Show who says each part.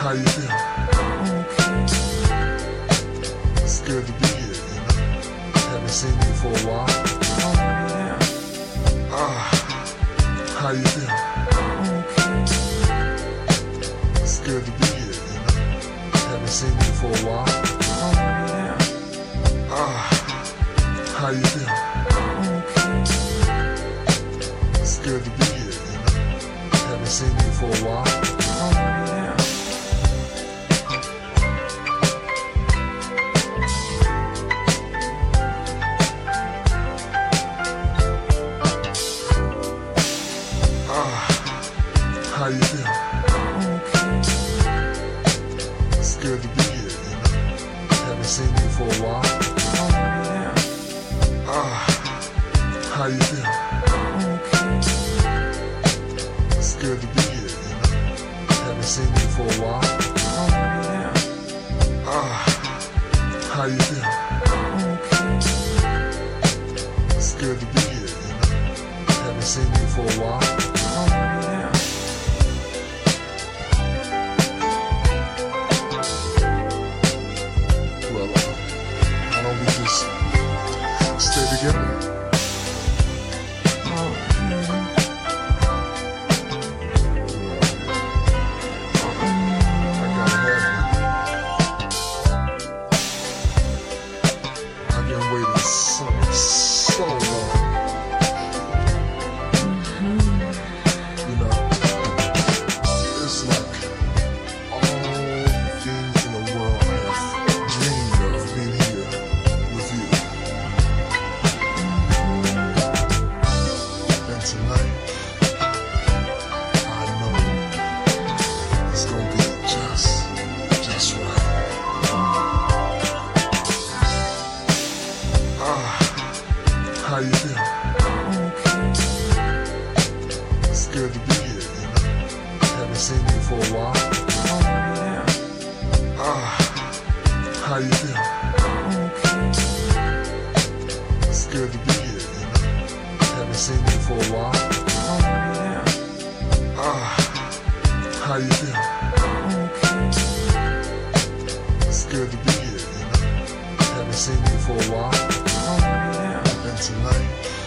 Speaker 1: how you feel? I'm scared to be here, you know? Haven't seen you for a while. Ah, how you feel? Scared to be here, you know? Haven't seen you for a while. Ah, how you feel? Scared to be here, you know? Haven't seen you for a while. Ah, how you feel? Scared to be here, you know? Haven't seen you for a while. Ah, how you feel? Scared to be here, you know? Haven't seen you for a while. Ah, how you feel? Scared to be here, you know? Haven't seen you for a while. Well, uh, why don't we just stay together? I gotta have you. I've been waiting so, so long. You know, it's like all the things in the world I have dreamed of being here with you. And tonight, I know. It's gonna be just, just right. Ah, how you feel? Scared to be here, you know? Haven't seen you for a while. Ah, how you feel? Scared to be here, you know? Haven't seen you for a while. Ah, how you feel? Scared to be here, you know? Haven't seen you for a while. And tonight,